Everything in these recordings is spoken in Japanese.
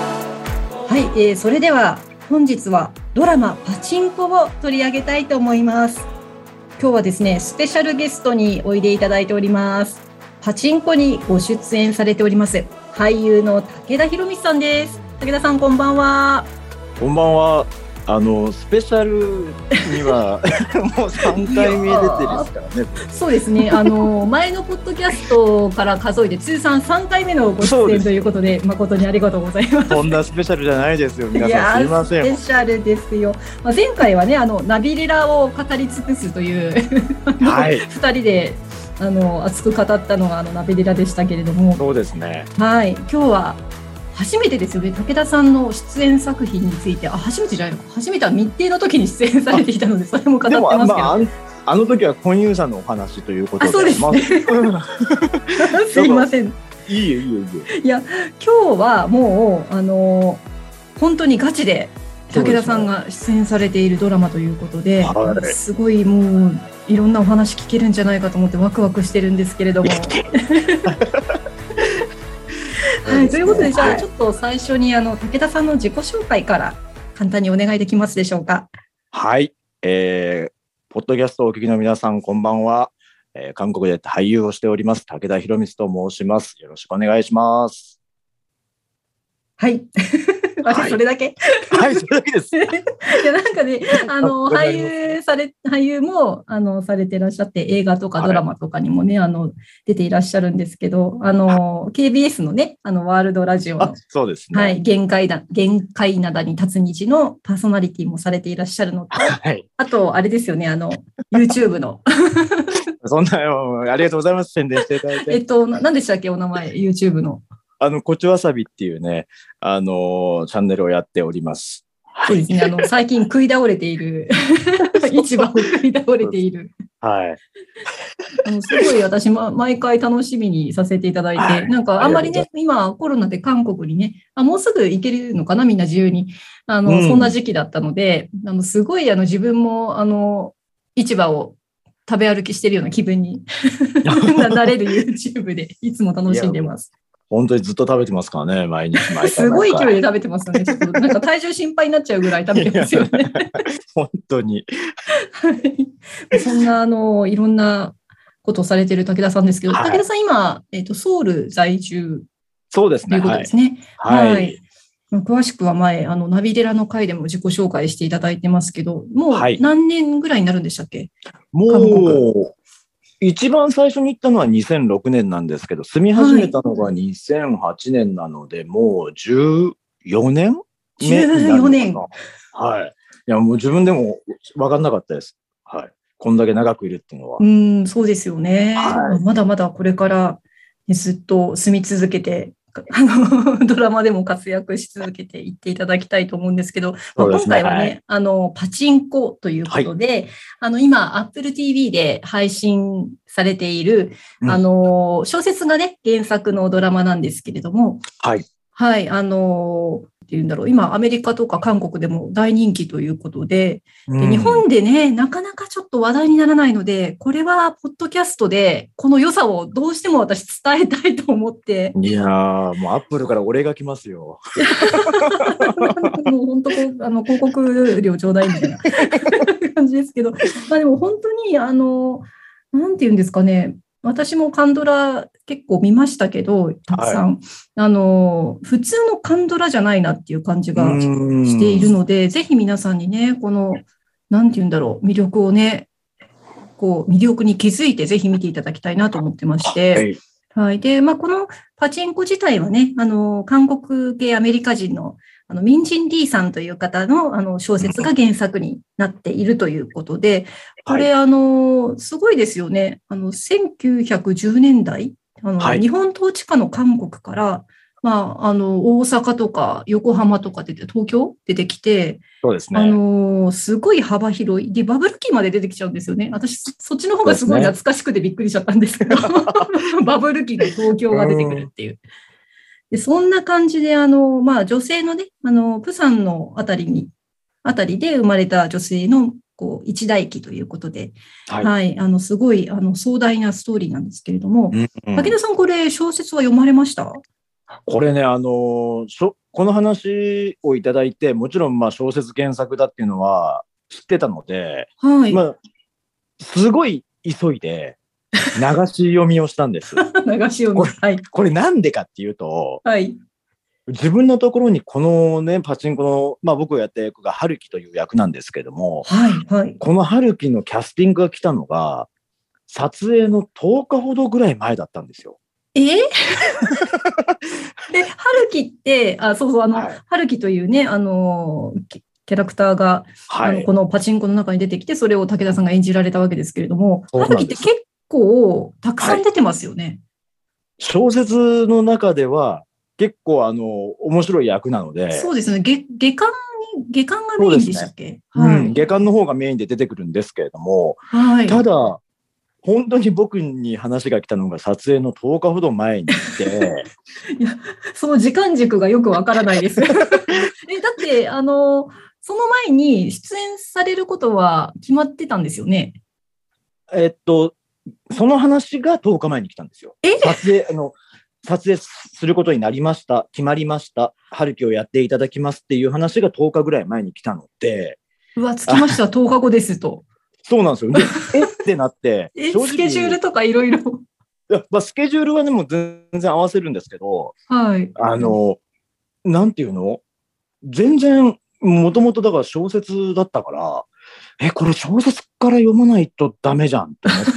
はい、えー、それでは本日はドラマパチンコを取り上げたいと思います。今日はですね、スペシャルゲストにおいでいただいております。パチンコにご出演されております。俳優の武田博美さんです。武田さんこんばんは。こんばんは。あのスペシャル にはもう三回目出てですからね。そうです ね。あの前のポッドキャストから数えて通算3回目のごそう出で演すということで誠にありがとうございます。こんなスペシャルじゃないですよ。皆いやさーんすいません。スペシャルですよ。まあ、前回はね、あのナビレラを語り尽くすというはい。二人であの熱く語ったのがあのナビレラでしたけれども、そうですね。はい、今日は初めてですよね。武田さんの出演作品について、あ、初めてじゃないのか。初めては密定の時に出演されていたので、それも語ってでもまあすけまど。 ああんあの時は婚友さんのお話ということで。あそうですねまあすいません。いいよいいよいいよ。今日はもうあの本当にガチでそう武ですね田さんが出演されているドラマということで、はいすごいもういろんなお話聞けるんじゃないかと思ってワクワクしてるんですけれども。 はい、ということでじゃあちょっと最初にあの武田さんの自己紹介から簡単にお願いできますでしょうか。はい、えー、ポッドキャストをお聞きの皆さん、こんばんは。えー、韓国で俳優をしております、武田博光と申します。よろしくお願いします。はい。あれ、はいそれだけはい、それだけです。いやなんかね、あの、あわか俳ります優され、俳優も、あの、されてらっしゃって、映画とかはいドラマとかにもね、あの、出ていらっしゃるんですけど、あの、KBS のね、あの、ワールドラジオあの、、そうですね。はい、限界だ、限界灘に立つ虹のパーソナリティもされていらっしゃるのと、はい。あと、あれですよね、あの、YouTube の、そんな、もうありがとうございます。宣伝していただいえて。っと、な何でしたっけ、お名前、YouTube の。あの、こちわさびっていうね、あのーチャンネルをやっております。そうですね、あの、最近食い倒れてい る、市場を食い倒れている。はい。あのすごい私、ま、毎回楽しみにさせていただいて、はいなんかあんまりあね、今コロナで韓国にね、あもうすぐ行けるのかな、みんな自由に。あの、うんそんな時期だったので、あの、すごいあの自分も、あの、市場を食べ歩きしてるような気分 になれる YouTube で、いつも楽しんでます。本当にずっと食べてますからね、毎日毎回。すごい勢い毎で食べてますよね。ちょっとなんか体重心配になっちゃうぐらい食べてますよね。回本当に。はい そんなあのいろんなことをされている武田さんですけど、はい武田さん今、えっとソウル在住そうですといね。うことはでい。すね。はい。まあ詳しくは前あのナビデラの回でも自己紹介していただいてますけど、もうはい何年ぐらいになるんでしたっけ？韓もう、一番最初に行ったのは2006年なんですけど、住み始めたのが2008年なので、もう14年目になるのか14な年はい。いや、もう自分でも分かんなかったです。はい。こんだけ長くいるっていうのは。うん、そうですよね。はまだまだこれからねずっと住み続けて。あの ドラマでも活躍し続けていっていただきたいと思うんですけど、まあそうで今すね回はね、はあの、パチンコということで、あの、今、Apple TV で配信されている、うんあの、小説がね、原作のドラマなんですけれども、はい。はい、あの、っていうんだろう、今、アメリカとか韓国でも大人気ということで、でうん日本でね、なかなかちょっと話題にならないので、これはポッドキャストで、この良さをどうしても私伝えたいと思って、いやー、もうアップルからお礼が来ますよ。もう本当こう、あの広告料ちょうだいみたいな感じですけど、まあでも本当に、あの、なんていうんですかね、私もカンドラ結構見ましたけど、たくさん、あの、普通のカンドラじゃないなっていう感じがししているので、ぜひ皆さんにね、この、なんて言うんだろう、魅力をね、こう、魅力に気づいて、ぜひ見ていただきたいなと思ってまして、はい。で、まあ、このパチンコ自体はね、あの、韓国系アメリカ人の、あの、ミンジン・リーさんという方の、あの、小説が原作になっているということで、これ、あの、すごいですよね。あの、1910年代、あの、はい日本統治下の韓国から、まあ、あの、大阪とか横浜とか出て、東京出てきて、そうですあね。のーすごい幅広い。で、バブル期まで出てきちゃうんですよね。私、そそっちの方がすごい懐かしくてびっくりしちゃったんですけ ど、バブル期の東京が出てくるっていう。でそんな感じで、あのーまあ、女性のね、あのー、プサンのあたりに、あたりで生まれた女性の、こう、一代記ということで、は、はいいあの、すごい、あの、壮大なストーリーなんですけれども、うんうん武田さん、これ、小説は読まれましたこれね、あのーしょこの話をいただいて、もちろんまあ小説原作だっていうのは知ってたので、はい。まあ、すごい急いで流し読みをしたん です。流し読み。これはい。これなんでかっていうと、はい。自分のところにこのね、パチンコの、まあ僕がやった役が春樹という役なんですけども、はい。はい。この春樹のキャスティングが来たのが、撮影の10日ほどぐらい前だったんですよ。え で、春樹って、あ、そうそう、あの、はい春樹というね、あの、キキャラクターが、はあのい。このパチンコの中に出てきて、それを武田さんが演じられたわけですけれども、そうなんで春す樹って結構たくさん出てますよね。小説の中では結構あの、面白い役なので、そうですね。げ下巻に、下巻がメインでしたっけ、うはん、い。下巻の方がメインで出てくるんですけれども、はい。ただ、本当に僕に話が来たのが撮影の10日ほど前に来て、その時間軸がよくわからない です。え、だって、あの、その前に出演されることは決まってたんですよね。えっと、その話が10日前に来たんですよ。え撮影、あの、撮影することになりました、決まりました、春樹をやっていただきますっていう話が10日ぐらい前に来たので、うわ、着きま した、10日後ですと。そうなんで すよ。でえってなって、え、スケジュールいとかいろいろ。やまあ、スケジュールはね、もう全然合わせるんですけど、はい。あ、の、なんていうの全然、もともとだから小説だったから、え、これ小説から読まないとダメじゃんって 思って。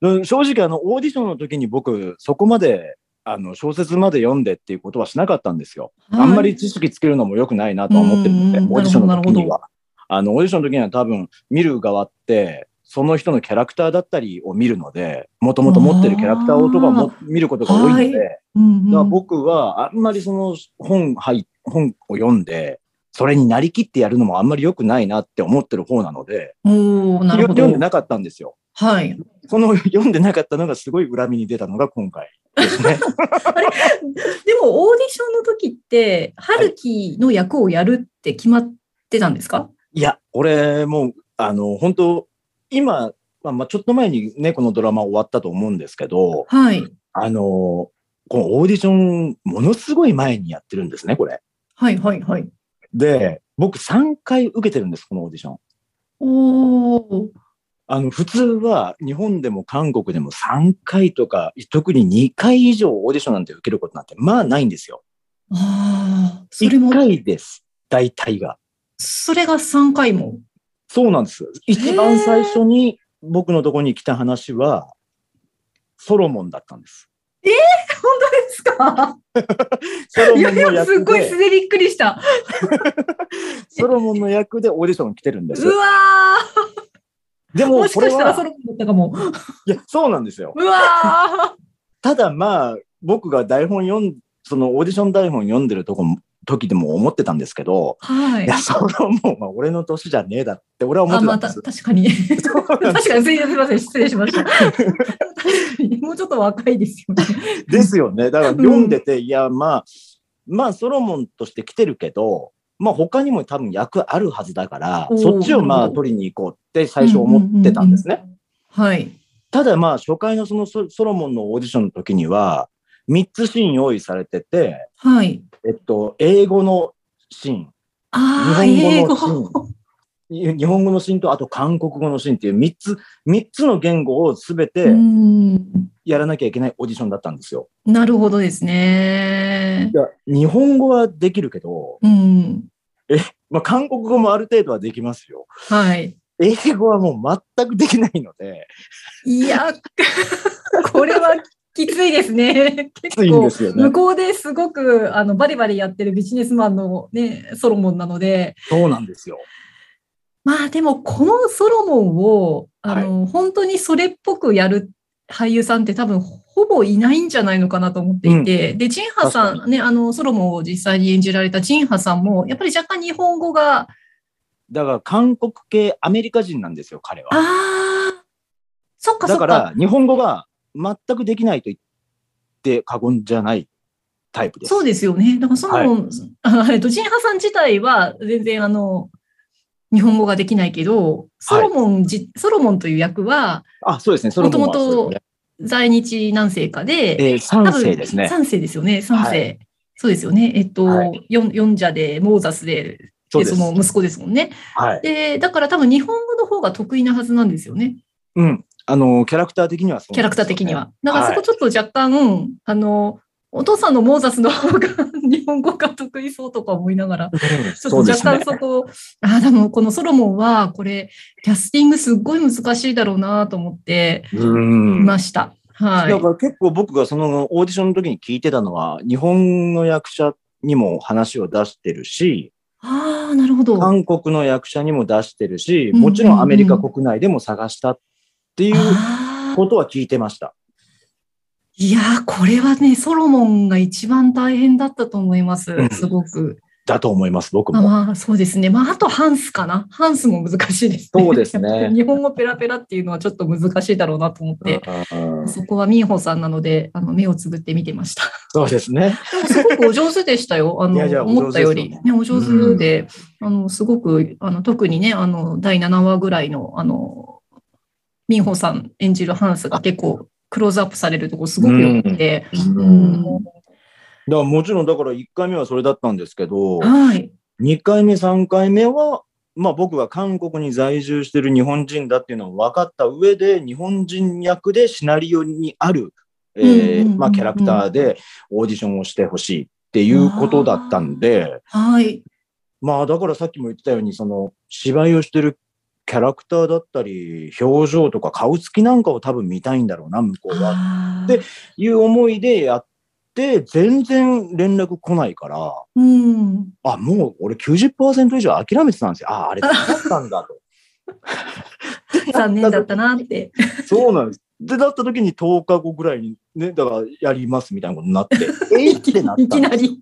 うん正直あの、オーディションの時に僕、そこまで、あの、小説まで読んでっていうことはしなかったんですよ。あんまり知識つけるのも良くないなとは思ってるので、うんうんオーディションの時なにるほは。あの、オーディションの時には多分、見る側って、その人のキャラクターだったりを見るので、もともと持ってるキャラクターをとかも見ることが多いので、はい、うんうんだから僕はあんまりその本、はい、本を読んで、それになりきってやるのもあんまり良くないなって思ってる方なので、おーなるほ読んでど。なかったんですよ。はい。その 読んでなかったのがすごい恨みに出たのが今回ですね。でも、オーディションの時って、春樹の役をやるって決まってたんですかいや、俺もう、あの、本当今、まあ、まあちょっと前にね、このドラマ終わったと思うんですけど、はい。あの、このオーディション、ものすごい前にやってるんですね、これ。はい、はい、はい。で、僕3回受けてるんです、このオーディション。おーあの、普通は日本でも韓国でも3回とか、特に2回以上オーディションなんて受けることなんて、まあないんですよ。ああ、それ1も、回です。大体が。それが3回 も。そうなんです。一番最初に僕のとこに来た話は、ソロモンだったんです。本当ですかソ ロいモやンいのや、すっ役ごい素で、でびっくりした。ソロモンの役でオーディション来てるんですう。わでーも、もしこかれしたらソは、ロモンだったかも。いや、そうなんですよ。うわ ただまあ、僕が台本読ん、そのオーディション台本読んでるとこも、時でも思ってたんですけど、ーはいいや、。それはもう、まあ、俺の年じゃねえだって、俺は思っあ、てたまあ、んでた確す。かに。確かに、すいません、失礼しま した。確かにもうちょっと若いですよね。ですよね。だから読んでて、いや、まあ、まあ、ソロモンとして来てるけど、まあ、他にも多分役あるはずだからお、ーそっちをまなるあ、ほど取りに行こうって最初思ってたんですね。はい。ただまあ、初回のそのソソロモンのオーディションの時には、3つシーン用意されてて、はい。えっと、英語のシーン、ああ、日英本語の語。い日本語のシーンと、あと韓国語のシーンっていう3つ、三つの言語を全うてん。やらなきゃいけないオーディションだったんですよ。なるほどですねい。や、日本語はできるけど、うん。まあ、韓国語もある程度はできますよ。はい。英語はもう全くできないので、いや、 これはきついですね。きついんですよね向。こうですごくあのバリバリやってるビジネスマンの、ね、ソロモンなので、そうなんですよ。まあでもこのソロモンをあの、本当にそれっぽくやる俳優さんって多分ほぼいないんじゃないのかなと思っていて、で、ジンハさ確ん、ね、あのソロモンを実際に演じられたジンハさんも、やっぱり若干日本語が、だから韓国系アメリカ人なんですよ、彼は。ああ、そっかそだっか。から日本語が全くできないと言って過言じゃないタイプです。そうですよね。だからその、あえっと、ジンハさん自体は全然あの、日本語ができないけど、ソロモンじ、ソロモンという役は、あ、そうですね。それももともとね、在日何世かで、えー、3世ですね。 3世ですよね、3世。そうですよね。えっと、はよん四者で、モーザスで、そうでですそ。の息子ですもんね。はい。で、だから多分日本語の方が得意なはずなんですよね。うん。あの、キャラクター的にはそうキャなんラでクタすよー的ねに。は。だからはそいこちょっと若干、あの、お父さんのモーザスの方が日本語が得意そうとか思いながら、うんちょっとそうで若す干ねそこ、あ、でもこのソロモンは、これ、キャスティングすっごい難しいだろうなと思ってうんいました。はだい。から結構僕がそのオーディションの時に聞いてたのは、日本の役者にも話を出してるし、ああ、なるほど。韓国の役者にも出してるし、うんもちろんアメリカ国内でも探したっていうあーことは聞いてました。いやー、これはね、ソロモンが一番大変だったと思いますうん。すごく。だと思います、僕あも。まあ、そうですね。まあ、あとハンスかな。ハンスも難しいですね。そうですね 日本語ペラペラっていうのはちょっと難しいだろうなと思って、うんそこはミンホさんなので、あの、目をつぶって見てま した。そうですね。でもすごくお上手でしたよ。あの、いやいや思ったより。ね、お上上手ですよね手で、あの、すごく、あの、特にね、あの、第7話ぐらいの、あの、ミンホさん演じるハンスが結構、クローズアップされるとこすごくよくて、うんだかうんらもちろん、だから1回目はそれだったんですけど、はい。 2回目、3回目は、まあ僕が韓国に在住してる日本人だっていうのを分かった上で、日本人役でシナリオにある、えうんうんうんうーんまあキャラクターでオーディションをしてほしいっていうことだったんで、はい。まあだからさっきも言ってたように、その芝居をしてるキャラクターだったり、表情とか顔つきなんかを多分見たいんだろうな、向こうは。あーでいう思いでやって、全然連絡来ないから、うん。あ、もう俺90%以上諦めてたんですよ。あ、あれだったん だと。残念だったなって。そうなんです。で、だった時に10日後ぐらいに、ね、だからやりますみたいなこと になって、えいってなったんです。いきなり。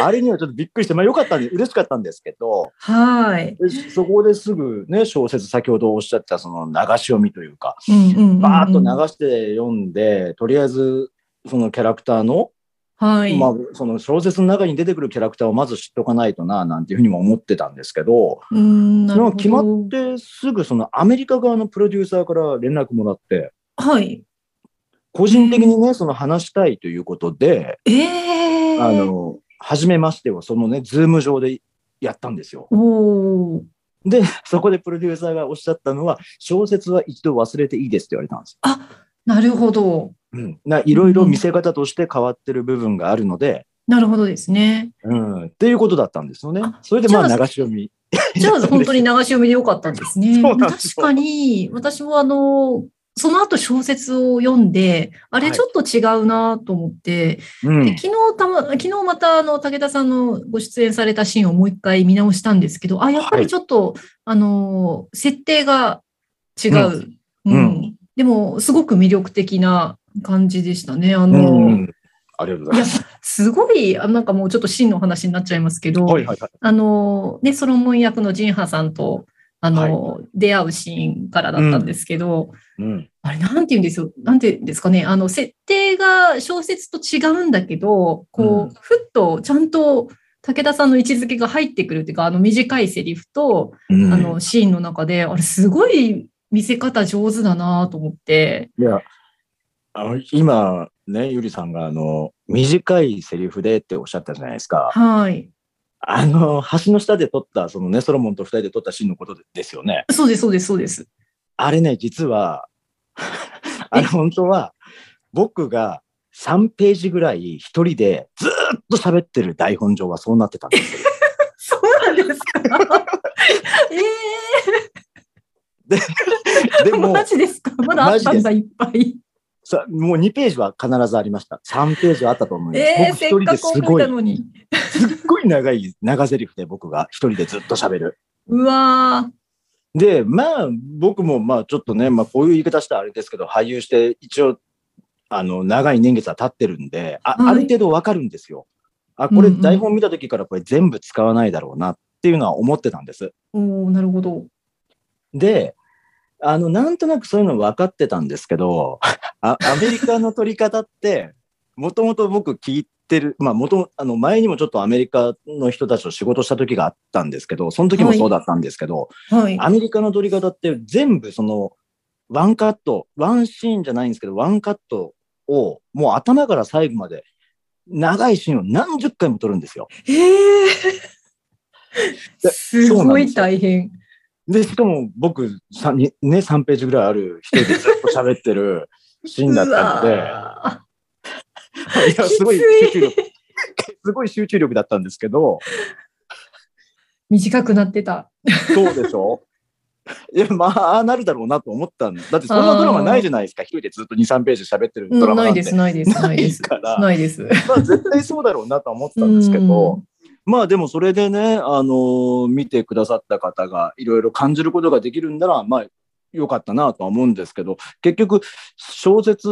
あれにはちょっとびっくりして、まあよかったんで、嬉しかったんですけど、はい。でそこですぐね、小説、先ほどおっしゃってたその流し読みというか、うんうんうんうんバーッと流して読んで、とりあえず、そのキャラクターの、はい。まあ、その小説の中に出てくるキャラクターをまず知っとかないとな、なんていうふうにも思ってたんですけど、うん、なるなほんどか決まってすぐそのアメリカ側のプロデューサーから連絡もらって、はい。個人的にね、その話したいということで、ええあの、初めましてをそのね、ズーム上でやったんですよ。おお。で、そこでプロデューサーがおっしゃったのは、小説は一度忘れていいですって言われたんですあ、なるほど。よ。うん。ないろいろ見せ方として変わってる部分があるので、なるほどです ね。うん、っていうことだったんですよねあ。それでまあ流じゃあし読み。じゃあ、本当に流し読みでよかったんですね。そうなんで確すよかに、私もあの、その後小説を読んで、あれちょっと違うなと思って、うん。昨日たま、昨日またあの武田さんのご出演されたシーンをもう一回見直したんですけど、あ、やっぱはりいちょっと、あのー、設定が違う。うんでも、すごく魅力的な感じでしたね。あうのー、ん。ありがとうございます。すごい、あなんかもうちょっと真の話になっちゃいますけど、はいはいはい。あのー、ね、ソロモン役のジンハさんと、あのー、出会うシーンからだったんですけど、うん。あれ、なんて言うんですよ。なんて言うんですかね。あの、設定が小説と違うんだけど、こう、うんふっとちゃんと武田さんの位置づけが入ってくるっていうか、あの短いセリフと、うんあの、シーンの中で、あれ、すごい見せ方上手だなと思って。いや、あの今ね、ゆりさんがあの短いセリフでっておっしゃったじゃないですか。はい。あの橋の下で撮った、そのね、ソロモンと二人で撮ったシーンのことでですよね。そうです、そうです、そうです。あれね、実は、 あれ本当は、僕が3ページぐらい一人でずーっと喋ってる台本上はそうなってた んですよ。そうなんですか えでえもマジですかまだあったんだ、いっぱい。さ、もう2ページは必ずありました。3ページはあったと思います。ええせ僕っ一人でかくす覚ごえいた、のに。すっごい長い長セリフで僕が一人でずっと喋る。うわで、まあ、僕もまあ、ちょっとね、まあ、こういう言い方したらあれですけど、俳優して、一応、あの、長い年月は経ってるんで、あ,、はいある程度わかるんですよ。あ、これ、うんうん台本見た時からこれ全部使わないだろうなっていうのは思ってたんです。ーおーなるほど。で、あの、なんとなくそういうの分かってたんですけど、あアメリカの撮り方って、もともと僕聞いてる、まあ、もとあの、前にもちょっとアメリカの人たちと仕事した時があったんですけど、その時もそうだったんですけど、はい。アメリカの撮り方って全部そのワンカット、ワンシーンじゃないんですけど、ワンカットをもう頭から最後まで長いシーンを何十回も撮るんですよ。えー、すごい大変。で、しかも僕、さにね、3ページぐらいある一人でずっ と喋ってるシーンだったので、いや、すごい集中力、すごい集中力だったんですけど、短くなってた。そうでしょ いや、まあ、ああなるだろうなと思ったんだ。だって、そんなドラマないじゃないですか。一人でずっと2、3ページ喋ってるドラマなないんて、です、ないです、ない です。からないです。まあ、絶対そうだろうなとは思ってたんですけど、うんまあでもそれでね、あのー見てくださった方がいろいろ感じることができるんなら、まあ良かったなとは思うんですけど、結局小説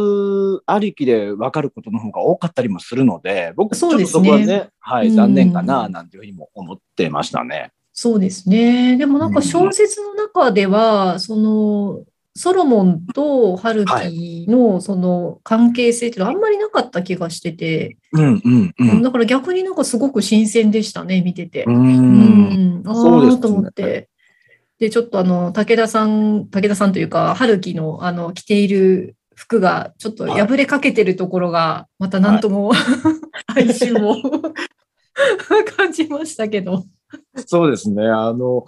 ありきで分かることの方が多かったりもするので、僕ちそょっうでとすそねこはね、はうい、ん残念かななんていうふうにも思ってましたね。そうですね。でもなんうかん小説の中では、その、ソロモンと春樹のその関係性っていうのはあんまりなかった気がしてて、うんうんうん。だから逆になんかすごく新鮮でしたね、見ててうう。。んん、あそうですあ、ねと思って。で、ちょっとあの、武田さん、武田さんというか、春樹のあの、着ている服が、ちょっとはい破れかけてるところが、またなんとも、 哀愁も感じましたけど。そうですね。あの、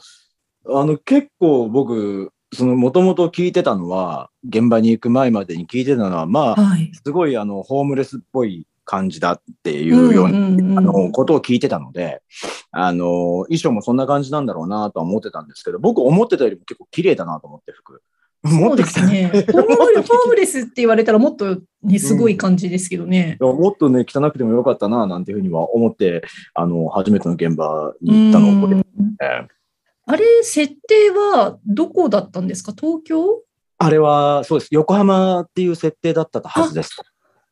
あの結構僕、そのもともと聞いてたのは、現場に行く前までに聞いてたのは、まあ、はい。すごいあのホームレスっぽい感じだっていうような、んうんうんあのことを聞いてたので、あの衣装もそんな感じなんだろうなとは思ってたんですけど、僕思ってたよりも結構綺麗だなと思って服。そ持うってできすた。ね。ホームホームレスって言われたらもっとね、すごい感じですけどね。もっとね、汚くてもよかったな、なんていうふうには思って、あの、初めての現場に行ったのを覚えてうんますねあれ、設定はどこだったんですか東京あれは、そうです。横浜っていう設定だったはずです。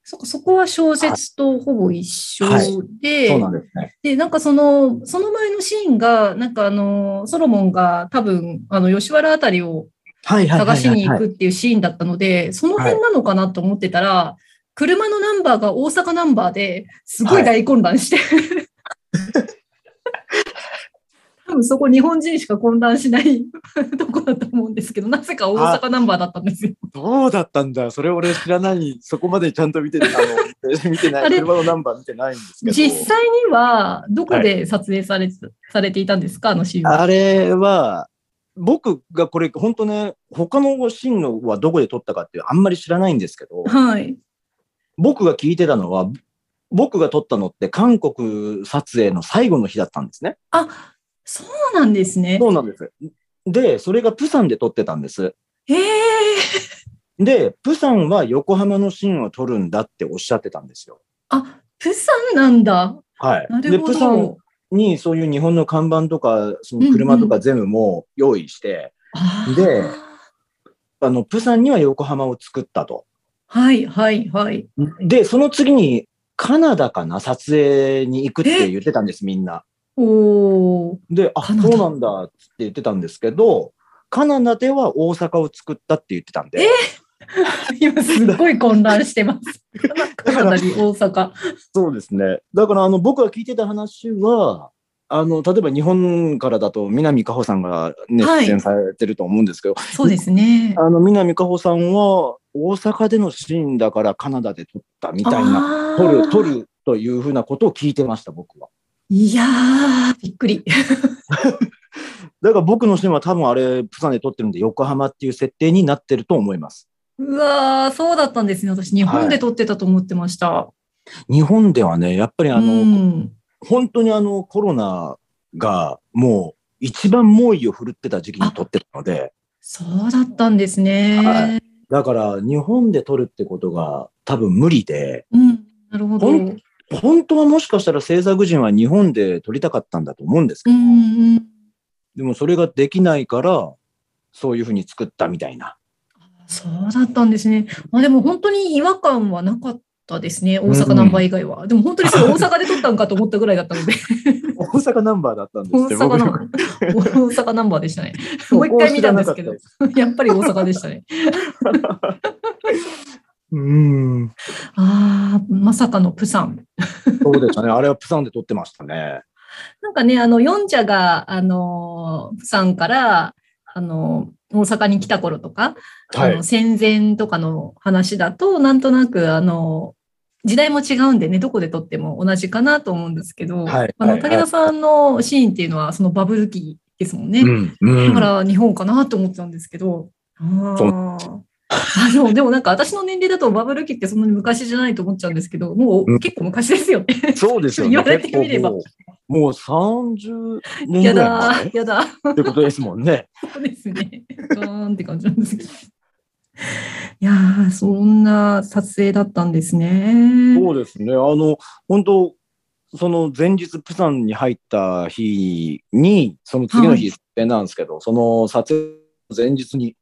そっかそこは小説とほぼ一緒はいで、そうなんですね。で、なんかその、その前のシーンが、なんかあの、ソロモンが多分、あの、吉原あたりをはいはいはいはい、は探い。しに行くっていうシーンだったので、その辺なのかなと思ってたら、車のナンバーが大阪ナンバーですごい大混乱 して。多分そこ日本人しか混乱しない とこだと思うんですけど、なぜか大阪ナンバーだったんですよ。そうだったんだ。それ俺知らない。そこまでちゃんと見て、あ の、見てなあい。れ車のナンバー見てないんですけど。実際には、どこで撮影され,、されていたんですか、あのシーンは。あれは、僕がこれ、本当ね、他のシーンのはどこで撮ったかってあんまり知らないんですけ ど、はい。僕が聞いてたのは、僕が撮ったのって韓国撮影の最後の日だったんですね。あ、そうなんですね。そうなんです。で、それがプサンで撮ってたんです。へえ。で、プサンは横浜のシーンを撮るんだっておっしゃってたんですよ。あ、プサンなんだ。はいな。るで、ほプサンど。にそういう日本の看板とか、その車とか全部もう用意して、あーであの、プサンには横浜を作ったと。はいはいはい。で、その次に、カナダかな撮影に行くって言ってたんです、みんな。おーで、あ、カナダそうなんだって言ってたんですけど、カナダでは大阪を作ったって言ってたんで、今すっごい混乱して ます。カナダに大阪。そうですね。だから、あの、僕が聞いてた話は、あの、例えば日本からだと、南果歩さんがね、はい出演されてると思うんですけど、そうですね。あの、南果歩さんは、大阪でのシーンだからカナダで撮ったみたいな、な撮る、撮。るというふうなことを聞いてました、僕は。いやー、びっくり。だから僕のシーンは多分あれ、プサンで撮ってるんで、横浜っていう設定になってると思います。うわー、そうだったんですね。私、日本で撮ってたと思ってました。日本ではね、やっぱりあの、うん本当にあのコロナがもう一番猛威を振るってた時期に撮ってたので、そうだったんですね。はだから日本で撮るってことが多分無理で、うん。なるほど。ほうんん本当はもしかしたら制作陣は日本で撮りたかったんだと思うんですけうど、ん。でもそれができないから、そういうふうに作ったみたいな。そうだったんですね。まあ、でも本当に違和感はなかったですね。大阪ナンバー以外は。でも本当にそれ大阪で撮ったんかと思ったぐらいだったの で。大阪ナンバーだったんです大って、阪ナン僕バー。大阪ナンバーでしたね。もう一回見たんですけど、やっぱり大阪でしたね。うん。ああ、まさかのプサン。そうでしたね。あれはプサンで撮ってましたね。なんかね、あの、ヨンチャが、あのー、プサンから、あのー、大阪に来た頃とか、あの戦前とかの話だと、なんとなく、あのー、時代も違うんでね、どこで撮っても同じかなと思うんですけど、はいあはの、い武田さんのシーンっていうのは、そのバブル期ですもんね。うん、うだからん。日本かなと思ったんですけど。あそうあ。あでも、でもなんか私の年齢だとバブル期ってそんなに昔じゃないと思っちゃうんですけど、もううん結構昔ですよね。そうですよね。言われてみれば結構もうもう30年やぐらい前だ、やだ。ってことですもんね。そうですね。ドーンって感じなんですけど。いやー、そんな撮影だったんですね。そうですね。あの、本当その前日、プサンに入った日に、その次の日、撮影なんですけど、その撮影前日に、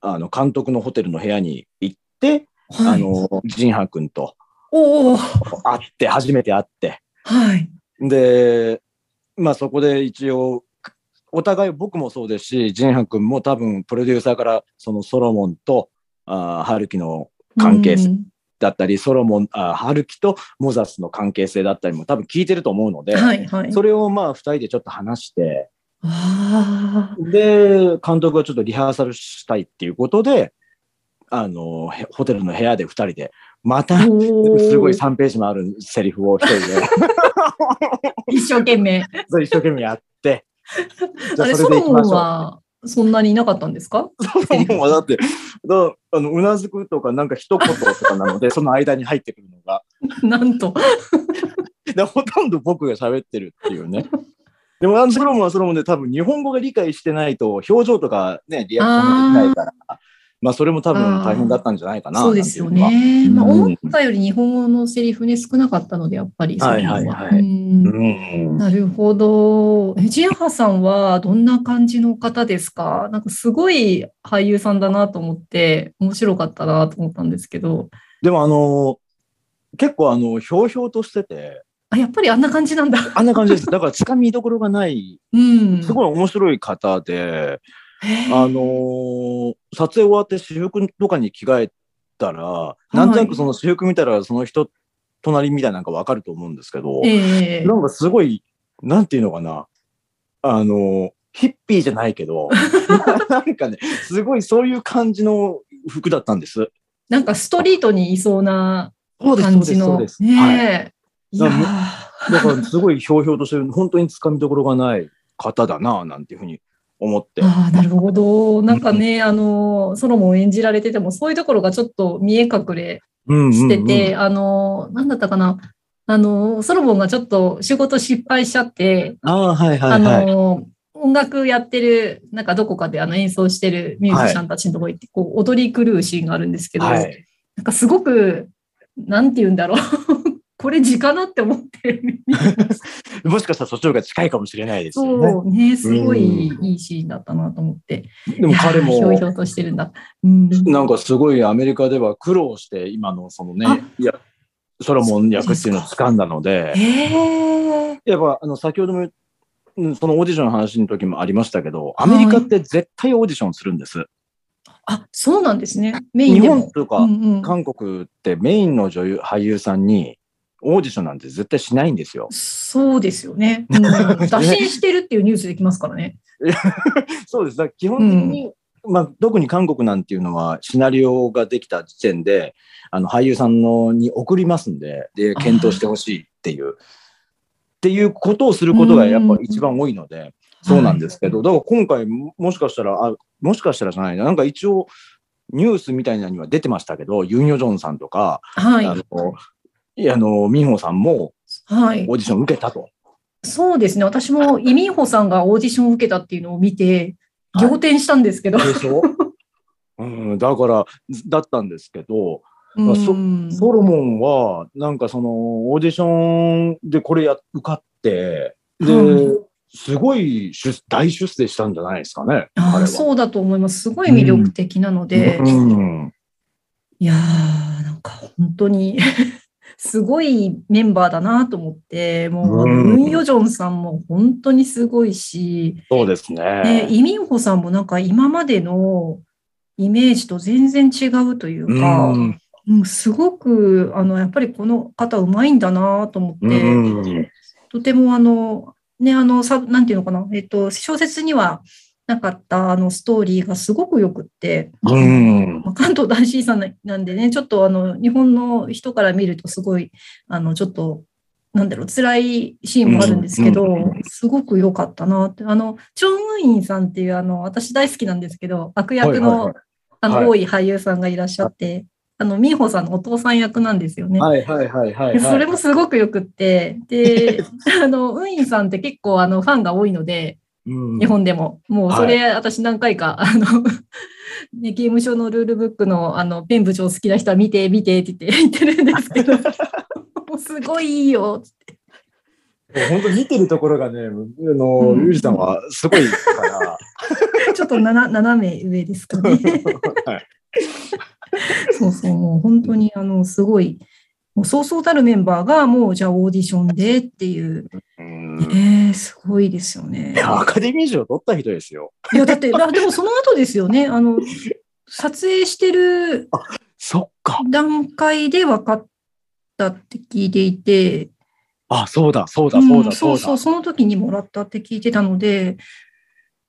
あの、監督のホテルの部屋に行って、はあい、の、ジンハ君とおお、会って、初めて会って、はい。で、まあそこで一応、お互い僕もそうですし、ジンハ君も多分プロデューサーから、そのソロモンと、あー春樹の関係性うんだったり、ソロモン、あー春樹とモザスの関係性だったりも多分聞いてると思うので、はい、はい。それをまあ二人でちょっと話して、あで、監督はちょっとリハーサルしたいっていうことで、あの、へホテルの部屋で二人で、またあ、、おーすごい3ページもあるセリフを一 人で。一生懸命。それ一生懸命 やって。じあゃあれ、そソれでロモいきまンしょはそんなにいなかったんですか う。もうだって、だあの、うなずくとか、なんか一言とかな ので、その間に入ってくるのが。なんと。で、ほとんど僕が喋ってるっていうね。でも、あのソロモンはソロモンで多分日本語が理解してないと、表情とかね、リアクションができないから、まあ、それも多分大変だったんじゃないかな。そうですよなんていうね。まあ、うん思ったより日本語のセリフね、少なかったので、やっぱり。はいはいはいうんのは。うん。なるほど。えジンハさんはどんな感じの方ですかなんかすごい俳優さんだなと思って、面白かったなと思ったんですけど、でも、あの、結構、あの、ひょうひょうとしてて、あ、やっぱりあんな感じなんだ。あんな感じです。だから、つかみどころがない、うん。すごい面白い方で、へーあのー撮影終わって私服とかに着替えたら、いなんとなくその私服見たらその人隣みたいなのがわかると思うんですけど、ええなんかすごい、なんていうのかな、あのーヒッピーじゃないけ ど、なんかね、すごいそういう感じの服だったんです。なんかストリートにいそうなそうです、そ感うでじす、その。うです。はい。ねえ。いやなんーだからすごいひょうひょうとしてる、本当につかみどころがない方だな、なんていうふうに思って。ああ、なるほど。なんかね、あの、ソロモン演じられてても、そういうところがちょっと見え隠れうんうんうんしてて、あの、なんだったかな。あの、ソロモンがちょっと仕事失敗しちゃって、ああ、はいはいあはい。の、音楽やってる、なんかどこかであの演奏してるミュージシャンたちのとこ行って、こう踊り狂うシーンがあるんですけど、はい、なんかすごく、なんて言うんだろう。 これ時かなって思ってもしかしたらそっちの方が近いかもしれないですよね。そうね、すごいうんいいシーンだったなと思って。でもい彼やーひょもいひょいとしてるんだ。うん。なんかすごいアメリカでは苦労して今のそのねあいやソロモン役っていうのを掴んだのでええやっぱあの先ほどもうんそのオーディションの話の時もありましたけどアメリカって絶対オーディションするんです。あ、そうなんですね。メイン日で本も。とうかんうん、韓国ってメインの女優俳優さんにオーディションなんて絶対しないんですよ。そうですよね。うん、打診してるっていうニュースできますからね。そうですだから基本的に、まあ、特に韓国なんていうのはシナリオができた時点であの俳優さんのに送りますんでであー検討してほしいっていうっていうことをすることがやっぱ一番多いので、そうなんですけど、だから今回ももしかしたらあもしかしたらじゃないななんか一応ニュースみたいなのには出てましたけどユン・ヨジョンさんとか、はい。あはのい。いやあのミンホさんもはいオーディション受けた と。そうですね。私もイミンホさんがオーディションを受けたっていうのを見て、はい仰天したんですけど。でしょうん、だからだったんですけど、まあそうんソロモンは、なんかその、オーディションでこれや受かって、で、うすごい出大出世したんじゃないですかね、あ彼ーは。そうだと思います。すごい魅力的なので。うん、いやー、なんか本当に すごいメンバーだなと思って、もう、うんムン・ヨジョンさんも本当にすごいし、そうですね、ね。イ・ミンホさんもなんか今までのイメージと全然違うというか、ううんんすごくあのやっぱりこの方うまいんだなと思って、うんとてもあの、ね、あの、さなんていうのかな、えっと、小説にはなかったあのストーリーがすごくよくって、うん。まあ関東大震災なんでね、ちょっとあの日本の人から見るとすごい、あのちょっと、なんだろう、辛いシーンもあるんですけど、うんうすごく良かったなって、あの、チョン・ウンインさんっていう、あの、私大好きなんですけど、悪役の、はいはいはいあはいの、多い俳優さんがいらっしゃって、あの、ミーホさんのお父さん役なんですよね。はいはいはいはい、はい。でそれもすごくよくって、 で、あの、ウンインさんって結構あの、ファンが多いので、うん、日本でも。もうそれ、私何回か、あの、 ね、刑務所のルールブックの、あの、ペン部長好きな人は見て、見てって言って言ってるんです けど、もうすごいいいよ。本当見てるところがね、あの、うんゆうじさんはすごいから。ちょっとなな斜め上ですかね。 はい そうそう、もう本当に、あの、すごい、もうそうそうたるメンバーが、もう、じゃあオーディションでっていう、うんえー、すごいですよねい。や、アカデミー賞取った人ですよ。いや、だって、だでもその後ですよね、あの、撮影してるそっか。段階で分かったって聞いていて、あ、そうだ、そうだ、んそうだ、そうそう、だ。その時にもらったって聞いてたので、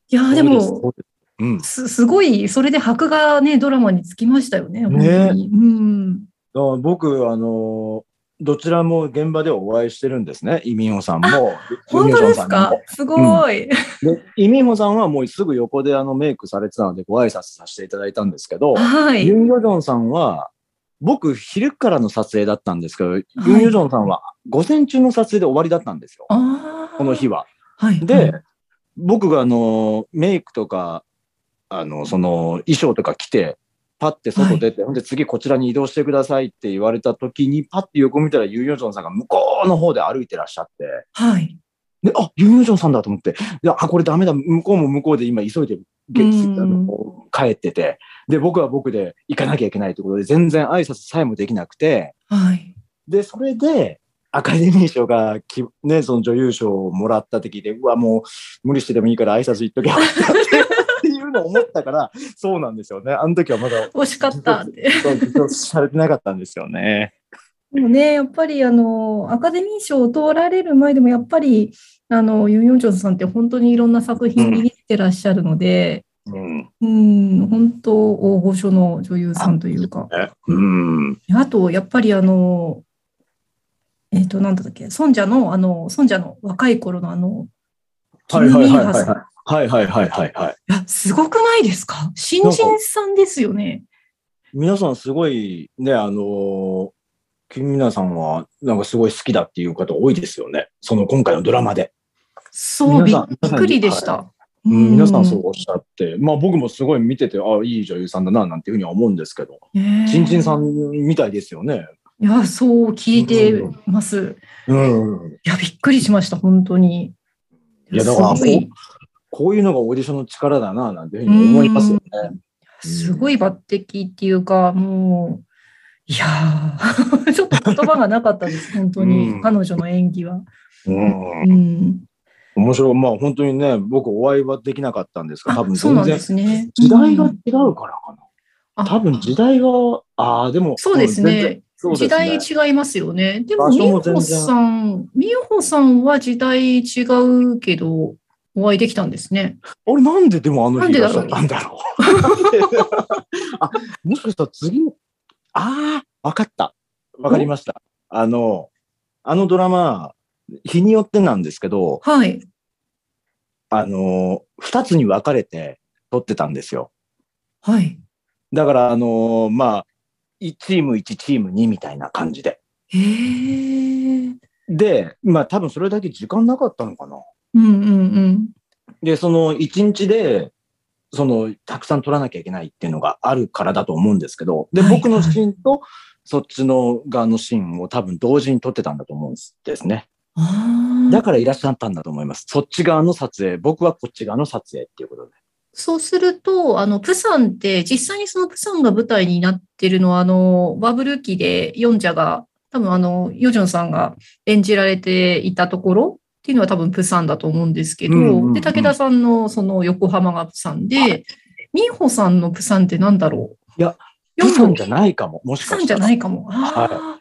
いやー、そうですそも、うですうん。すすごい、それで箔がね、ドラマにつきましたよね、本当に。うん。あ僕、あの、どちらも現場でお会いしてるんですね。イミンホさんも。本当ですかユすごい。ニョンさんにもでイミンホさんはもうすぐ横であのメイクされてたのでご挨拶させていただいたんですけど、はい。ユン・ヨジョンさんは、僕、昼からの撮影だったんですけど、ユン・ヨジョンさんは午前中の撮影で終わりだったんですよ。ああ。この日は。はい。で、僕があの、メイクとか、あの、その、衣装とか着て、パッて外出て、ほんで次こちらに移動してくださいって言われた時に、パッて横見たらユン・ヨジョンさんが向こうの方で歩いてらっしゃって、はい。で、あ、ユン・ヨジョンさんだと思って、であ、これダメだ、向こうも向こうで今急いで、げうんあのこう帰ってて、で、僕は僕で行かなきゃいけないということで、全然挨拶さえもできなくて、はい。で、それで、アカデミー賞がき、ね、その女優賞をもらった時で、うわ、もう無理してでもいいから挨拶行っときゃっていうのを思ったから、そうなんですよね。あの時はまだ、惜しかったって。そう、実装されてなかったんですよね。でもね、やっぱりあの、アカデミー賞を取られる前でも、やっぱり、あの、ユン・ヨンチョンさんって本当にいろんな作品に出てらっしゃるので、うん。うん、本当大御所の女優さんというか。えうん。あと、やっぱりあの、えっ、と、なんだっけ、孫者の、あの、孫者の若い頃のあの、キはいム・はいミンはいハはいさん。いはい。はいはいはいはいはい。や、すごくないですか新人さんですよね。皆さんすごいね、あのー、君皆さんはなんかすごい好きだっていう方多いですよね。その今回のドラマで。そう、皆びっさん皆さんくりでした。うん、皆さんそうう。おっしゃって、まあ僕もすごい見てて、あいい女優さんだな、なんていうふうには思うんですけど、ねえ新人さんみたいですよね。いや、そう聞いてます。うん。いや、びっくりしました、本当に。いやだからすごい、こういうのがオーディションの力だな、なんていうふうに思いますよね。すごい抜擢っていうか、もう、いやー ちょっと言葉がなかったです、本当うんに。彼女の演技は。うん。うん。面白い。まあ本当にね、僕お会いはできなかったんですが、多分あそう全なんで然、すね。時代がう違んうからかな。あ多分時代が、ああ、でも、そうですん全然ね。そうです時ね代違いますよね。でも、場美所も全然穂さん、美穂さんは時代違うけど、お会いできたんですね。あれ、なんででもあのなん日でいらだっろしゃうったんだろう。あ、もしかしたら次の、ああ、わかった。わかりました。あの、あのドラマ、日によってなんですけど、はい。あの、二つに分かれて撮ってたんですよ。はい。だから、あの、まあ、1チーム1、チーム2みたいな感じで。へえ。で、まあ、多分それだけ時間なかったのかな。うんうんうん。で、その1日で、その、たくさん取らなきゃいけないっていうのがあるからだと思うんですけど、で、はい僕のシーンと、そっちの側のシーンを多分同時に撮ってたんだと思うんですね。あだあ。からいらっしゃったんだと思います。そっち側の撮影、僕はこっち側の撮影っていうことで。そうすると、あの、プサンって、実際にそのプサンが舞台になってるのは、あの、バブル期で、ヨンジャが、多分あの、ヨジョンさんが演じられていたところっていうのは多分プサンだと思うんですけど、うんうんうんで、武田さんのその横浜がプサンで、ミンホさんのプサンってなんだろういや、ヨプンサホンじゃないかも、もしプサかンしじたゃら。ないかも。あ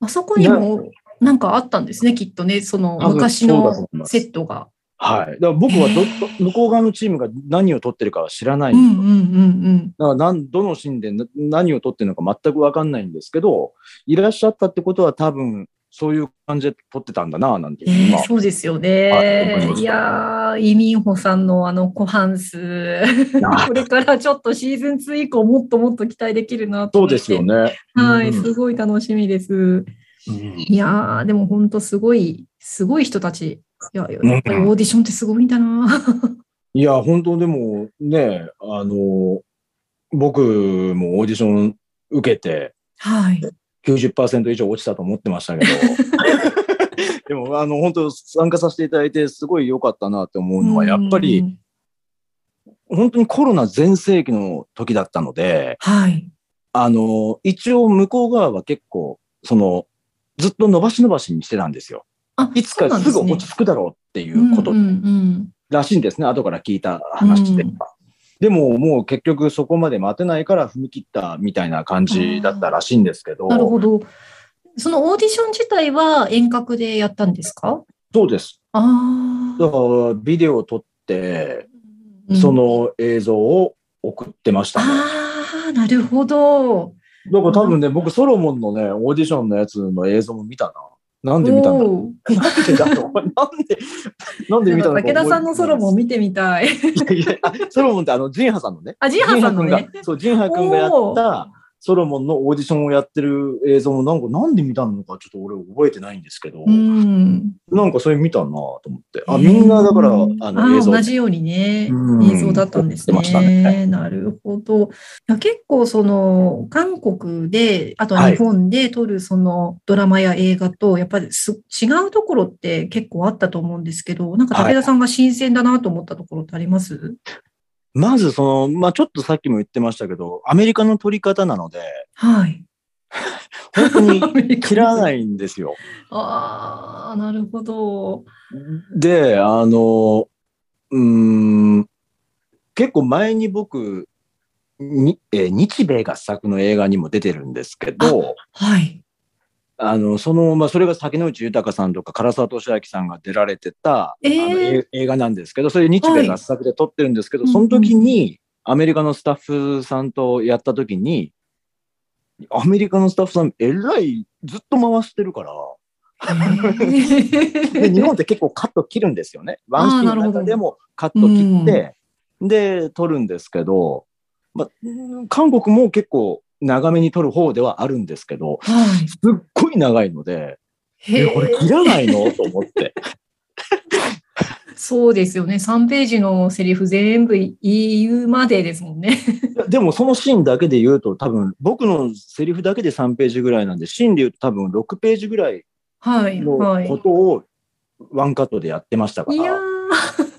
ーあそこにもなんかあったんですね、きっとね、その多分昔そうだとの思いますセットが。はい。だから僕はど、向こう側のチームが何を取ってるかは知らない。うだんうんうんからなんどのシーンでな何を取ってるのか全くわかんないんですけど、いらっしゃったってことは多分、そういう感じで取ってたんだな、なんてうん。いうえのーはそうですよはいわかりねま。いしたやー、イ・ミンホさんのあの湖畔 数、あこれからちょっとシーズン2以降、もっともっと期待できるなとそ思うって。ですよね。はい、うんすごい楽しみです。うんいやー、でも本当すごい、すごい人たち。いや、やっぱりオーディションってすごいんだな。いや、本当でもね、あの、僕もオーディション受けて、はい。 90%以上落ちたと思ってました けど。でも、あの、本当参加させていただいて、すごい良かったなって思うのは、やっぱうり、ん。本当にコロナ全盛期の時だったので、はい。あの、一応向こう側は結構、その、ずっと伸ばし伸ばしにしてたんですよ。あいつかそうなんすでぐね落ち着くだろうっていうことうんうんらしいんですね、後から聞いた話では。うんでももう結局そこまで待てないから踏み切ったみたいな感じだったらしいんですけうど、んなるほど。そのオーディション自体は遠隔でやったんですかそうです。あだあ。からビデオを撮って、うんそ、の映像を送ってましたね。ああ、なるほど。だから多分ね、僕ソロモンのね、オーディションのやつの映像も見たな。なんで見たんだろおーう。なんでだろう。なんで、 なんで見たの武か覚えてない。田さんのソロも見てみたい。 いやいやあソロモンってあの、ジンハさんのね。あ、ジンハさんのジンハね君。が、そう、ジンハ君がやったソロモンのオーディションをやってる映像もなんかなんで見たのかちょっと俺覚えてないんですけど、うん。なんかそれ見たなと思って。あ、みんなだから、うんあの映像。同じようにね、うん映像だったんです撮ってましたねね。なるほど。いや結構その韓国で、あとはい日本で撮るそのドラマや映画と、やっぱりす違うところって結構あったと思うんですけど、なんか武田さんが新鮮だなと思ったところってあります、まずその、まあちょっとさっきも言ってましたけど、アメリカの撮り方なので、 はい。本当に切らい。ないんですよ。ああ、なるほど。で、あの、うーん、結構前に僕、にえー日米合作の映画にも出てるんですけど、はい。あの、その、まあ、それが竹野内豊さんとか唐沢俊明さんが出られてた、えーあのえ映画なんですけど、それ日米合作で撮ってるんですけど、はいその時に、アメリカのスタッフさんとやった時に、アメリカのスタッフさん、えらい、ずっと回してるから、で日本って結構カット切るんですよね。ワンシーンの中でもカット切って、で、撮るんですけど、まあ、うん韓国も結構長めに撮る方ではあるんですけど、はい。すっごい長いので、へえ、ーこれ切らないのと思 って。そうですよね。3ページのセリフ全部言うまでですもんね。でもそのシーンだけで言うと、多分僕のセリフだけで3ページぐらいなんで、シーンで言うと多分6ページぐらいはい。はのい。ことをワンカットでやってましたかいやら。ー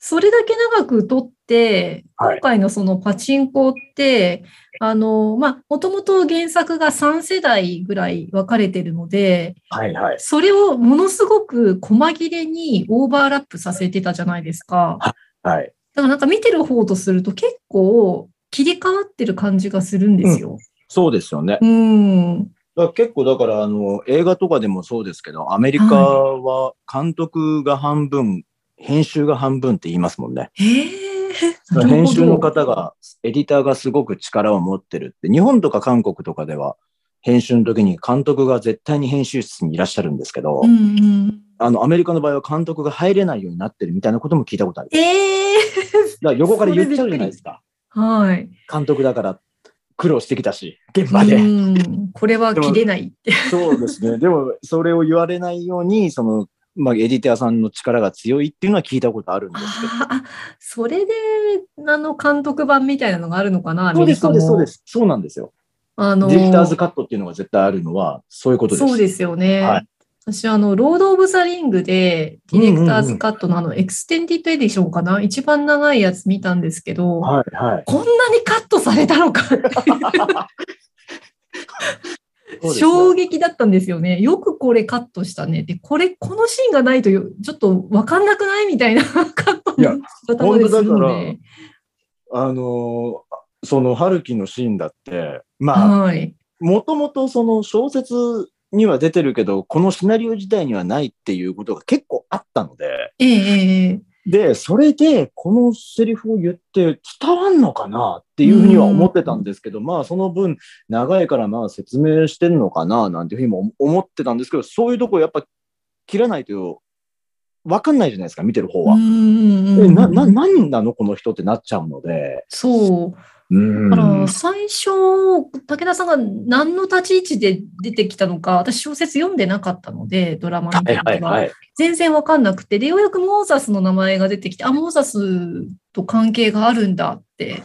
それだけ長く撮って、はい今回のそのパチンコって、あの、まあ、もともと原作が3世代ぐらい分かれてるので、はいはい。それをものすごく細切れにオーバーラップさせてたじゃないですか。はい。だからなんか見てる方とすると結構切り替わってる感じがするんですよ。そうですよね。うん。だから結構だからあの映画とかでもそうですけど、アメリカは監督が半分、編集が半分って言いますもんね。へえ。編集の方が、エディターがすごく力を持ってるって、日本とか韓国とかでは編集の時に監督が絶対に編集室にいらっしゃるんですけど、うんうん、あのアメリカの場合は監督が入れないようになってるみたいなことも聞いたことある。ええだから横から言っちゃうじゃないですか。はい。監督だから苦労してきたし、現場で。うんこれは切れないって。そうですね。でも、それを言われないように、その、まあ、エディターさんの力が強いっていうのは聞いたことあるんですけど。ああ、それで、あの、監督版みたいなのがあるのかな、。そうです、そうです、そうですす。そうなんですよ。あデの、ィレクターズカットっていうのが絶対あるのは、そういうことです。そうですよね。はい私、あの、ロード・オブ・ザ・リングで、ディレクターズカットのあの、エクステンディッド・エディションかな、一番長いやつ見たんですけど、はい、はい。こんなにカットされたのかってそうですね衝撃だったんですよね。よくこれカットしたね。で、これ、このシーンがないとよ、ちょっとわかんなくないみたいな カットいやの仕方までするので。あのーその、ハルキのシーンだって、まあ、はい。もともとその小説には出てるけど、このシナリオ自体にはないっていうことが結構あったので、えええで、それでこのセリフを言って伝わんのかなっていうふうには思ってたんですけど、まあその分長いからまあ説明してんのかななんていうふうにも思ってたんですけど、そういうとこやっぱ切らないとわかんないじゃないですか、見てる方うは。んうんうえ、んな、な、何なのこの人ってなっちゃうので。そう。うんだから最初、武田さんが何の立ち位置で出てきたのか、私小説読んでなかったので、ドラマのはい時はいは。はい全然わかんなくて、で、ようやくモーザスの名前が出てきて、あ、モーザスと関係があるんだって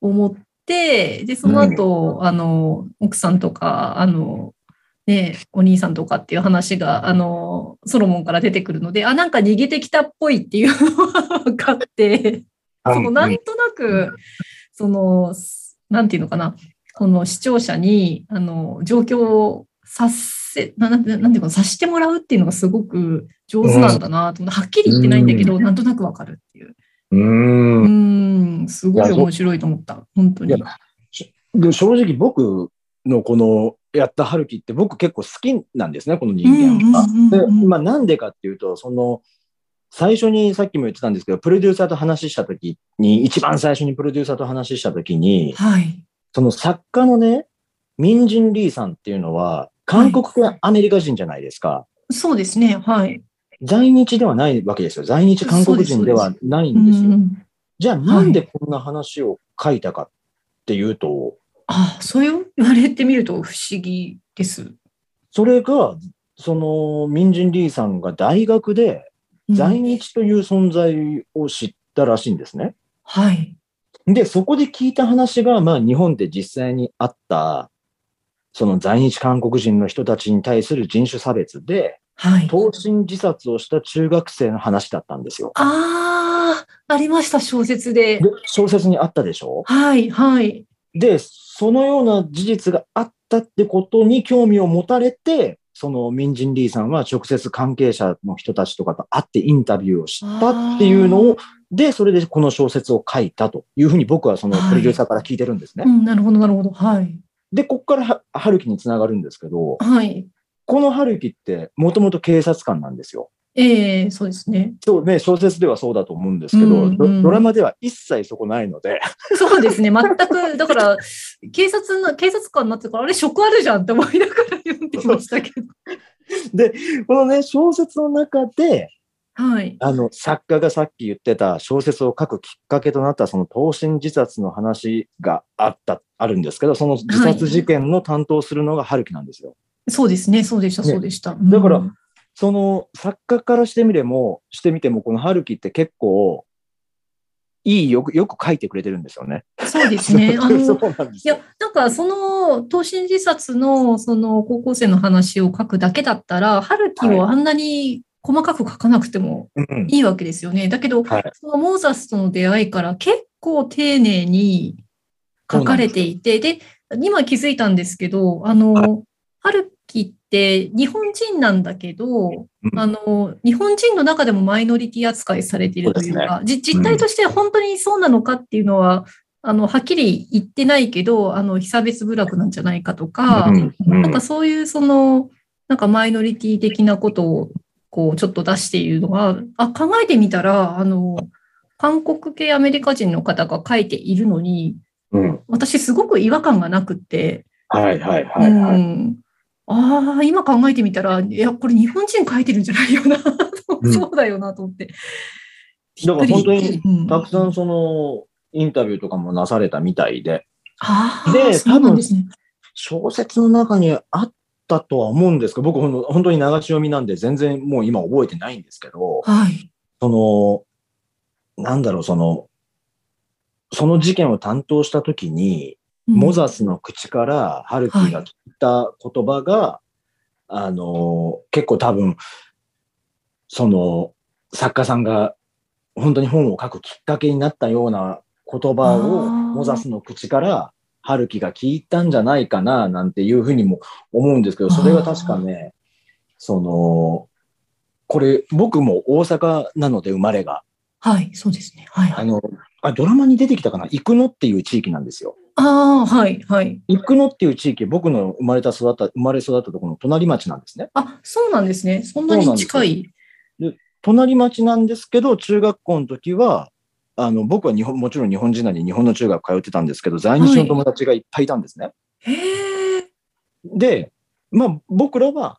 思って、で、その後、あの、奥さんとか、あの、ね、お兄さんとかっていう話が、あの、ソロモンから出てくるので、あ、なんか逃げてきたっぽいっていうのが分かって、そのなんとなく、その、なんていうのかな、この視聴者に、あの、状況を察せ、ななんてなんていうかな、察してもらうっていうのがすごく上手なんだなと思って、はっきり言ってないんだけど、なんとなくわかるっていう。うんうーん、すごいいや面白いと思った、本当いやに。でも正直僕のこのやった春樹って僕結構好きなんですね、この人間が。うんうんうんうんでまあなんでかっていうと、その、最初にさっきも言ってたんですけど、プロデューサーと話した時に、一番最初にプロデューサーと話した時に、はい。その作家のね、ミンジン・リーさんっていうのは、韓国系アメリカ人じゃないですか。そうですね、はい。在日ではないわけですよ。在日韓国人ではないうんですよ。んじゃあなんでこんな話を書いたかっていうと、あ、それを言われてみると不思議です。それが、その、民人リーさんが大学でうん在日という存在を知ったらしいんですね。はい。で、そこで聞いた話が、まあ、日本で実際にあった、その在日韓国人の人たちに対する人種差別で、はい。投身自殺をした中学生の話だったんですよ。ああ、ありました、小説でで。、小説にあったでしょはい、はい。で、そのような事実があったってことに興味を持たれて、その民人リーさんは直接関係者の人たちとかと会ってインタビューをしたっていうのを、で、それでこの小説を書いたというふうに僕はそのはいプロデューサーから聞いてるんですね。うん、なるほど、なるほど。はい。で、ここからは春樹につながるんですけど、はい。この春樹ってもともと警察官なんですよ。ええそうですね。 そうね、小説ではそうだと思うんですけど、うんうんドドラマでは一切そこないので、 そうですね。全く、だから、警察の、警察官になってから、あれ、職あるじゃんって思いながら読んでました けど。このね、小説の中で、はい。あの、作家がさっき言ってた小説を書くきっかけとなったその投身自殺の話があった、あるんですけど、その自殺事件の担当するのが春樹なんですよ。そうですね。そうでした、ねそうでした。だからうんその作家からしてみれも、してみても、この春樹って結構、いい、よく、よく書いてくれてるんですよね。そうです ね。あの、そうなんでいすよや。、なんか、その、投身自殺の、その、高校生の話を書くだけだったら、春樹をあんなに細かく書かなくても、うんいいわけですよね。だけど、はいそのモーザスとの出会いから結構丁寧に書かれていて、で今気づいたんですけど、あの、は春樹って日本人なんだけど、うんあの、日本人の中でもマイノリティ扱いされているというか、じ実態として本当にそうなのかっていうのは、あの、はっきり言ってないけど、あの、被差別部落なんじゃないかとか、うんうんなんかそういうその、なんかマイノリティ的なことを、こう、ちょっと出しているのが、あ、考えてみたら、あの、韓国系アメリカ人の方が書いているのに、うん私すごく違和感がなくって、はいはいはいはうい。ん、ああ、今考えてみたら、いや、これ日本人書いてるんじゃないよな、うんそうだよなと思って。だから本当に、うんたくさんその、インタビューとかもなされたみたいで、ああ、でそうなんですね。小説の中にあったとは思うんですけど、僕ほんの本当に流し読みなんで全然もう今覚えてないんですけど、はい。その、なんだろう、その、その事件を担当した時に、うんモザスの口からハルキが聞いた言葉が、あの、結構多分、その、作家さんが本当に本を書くきっかけになったような言葉をあーモザスの口からハルキが聞いたんじゃないかな、なんていうふうにも思うんですけど、それが確かね、その、これ僕も大阪なので生まれが、はい、そうですね。はい。あはい、の、あドラマに出てきたかな、行くのっていう地域なんですよ。ああ、はい、はい。生野っていう地域、僕の生まれた育った、生まれ育ったところの隣町なんですね。あ、そうなんですね。そんなそうになんですよ近い。隣町なんですけど、中学校の時は、あの、僕は日本、もちろん日本人なりに日本の中学通ってたんですけど、在日の友達がいっぱいいたんですね。へえ。で、まあ僕らは、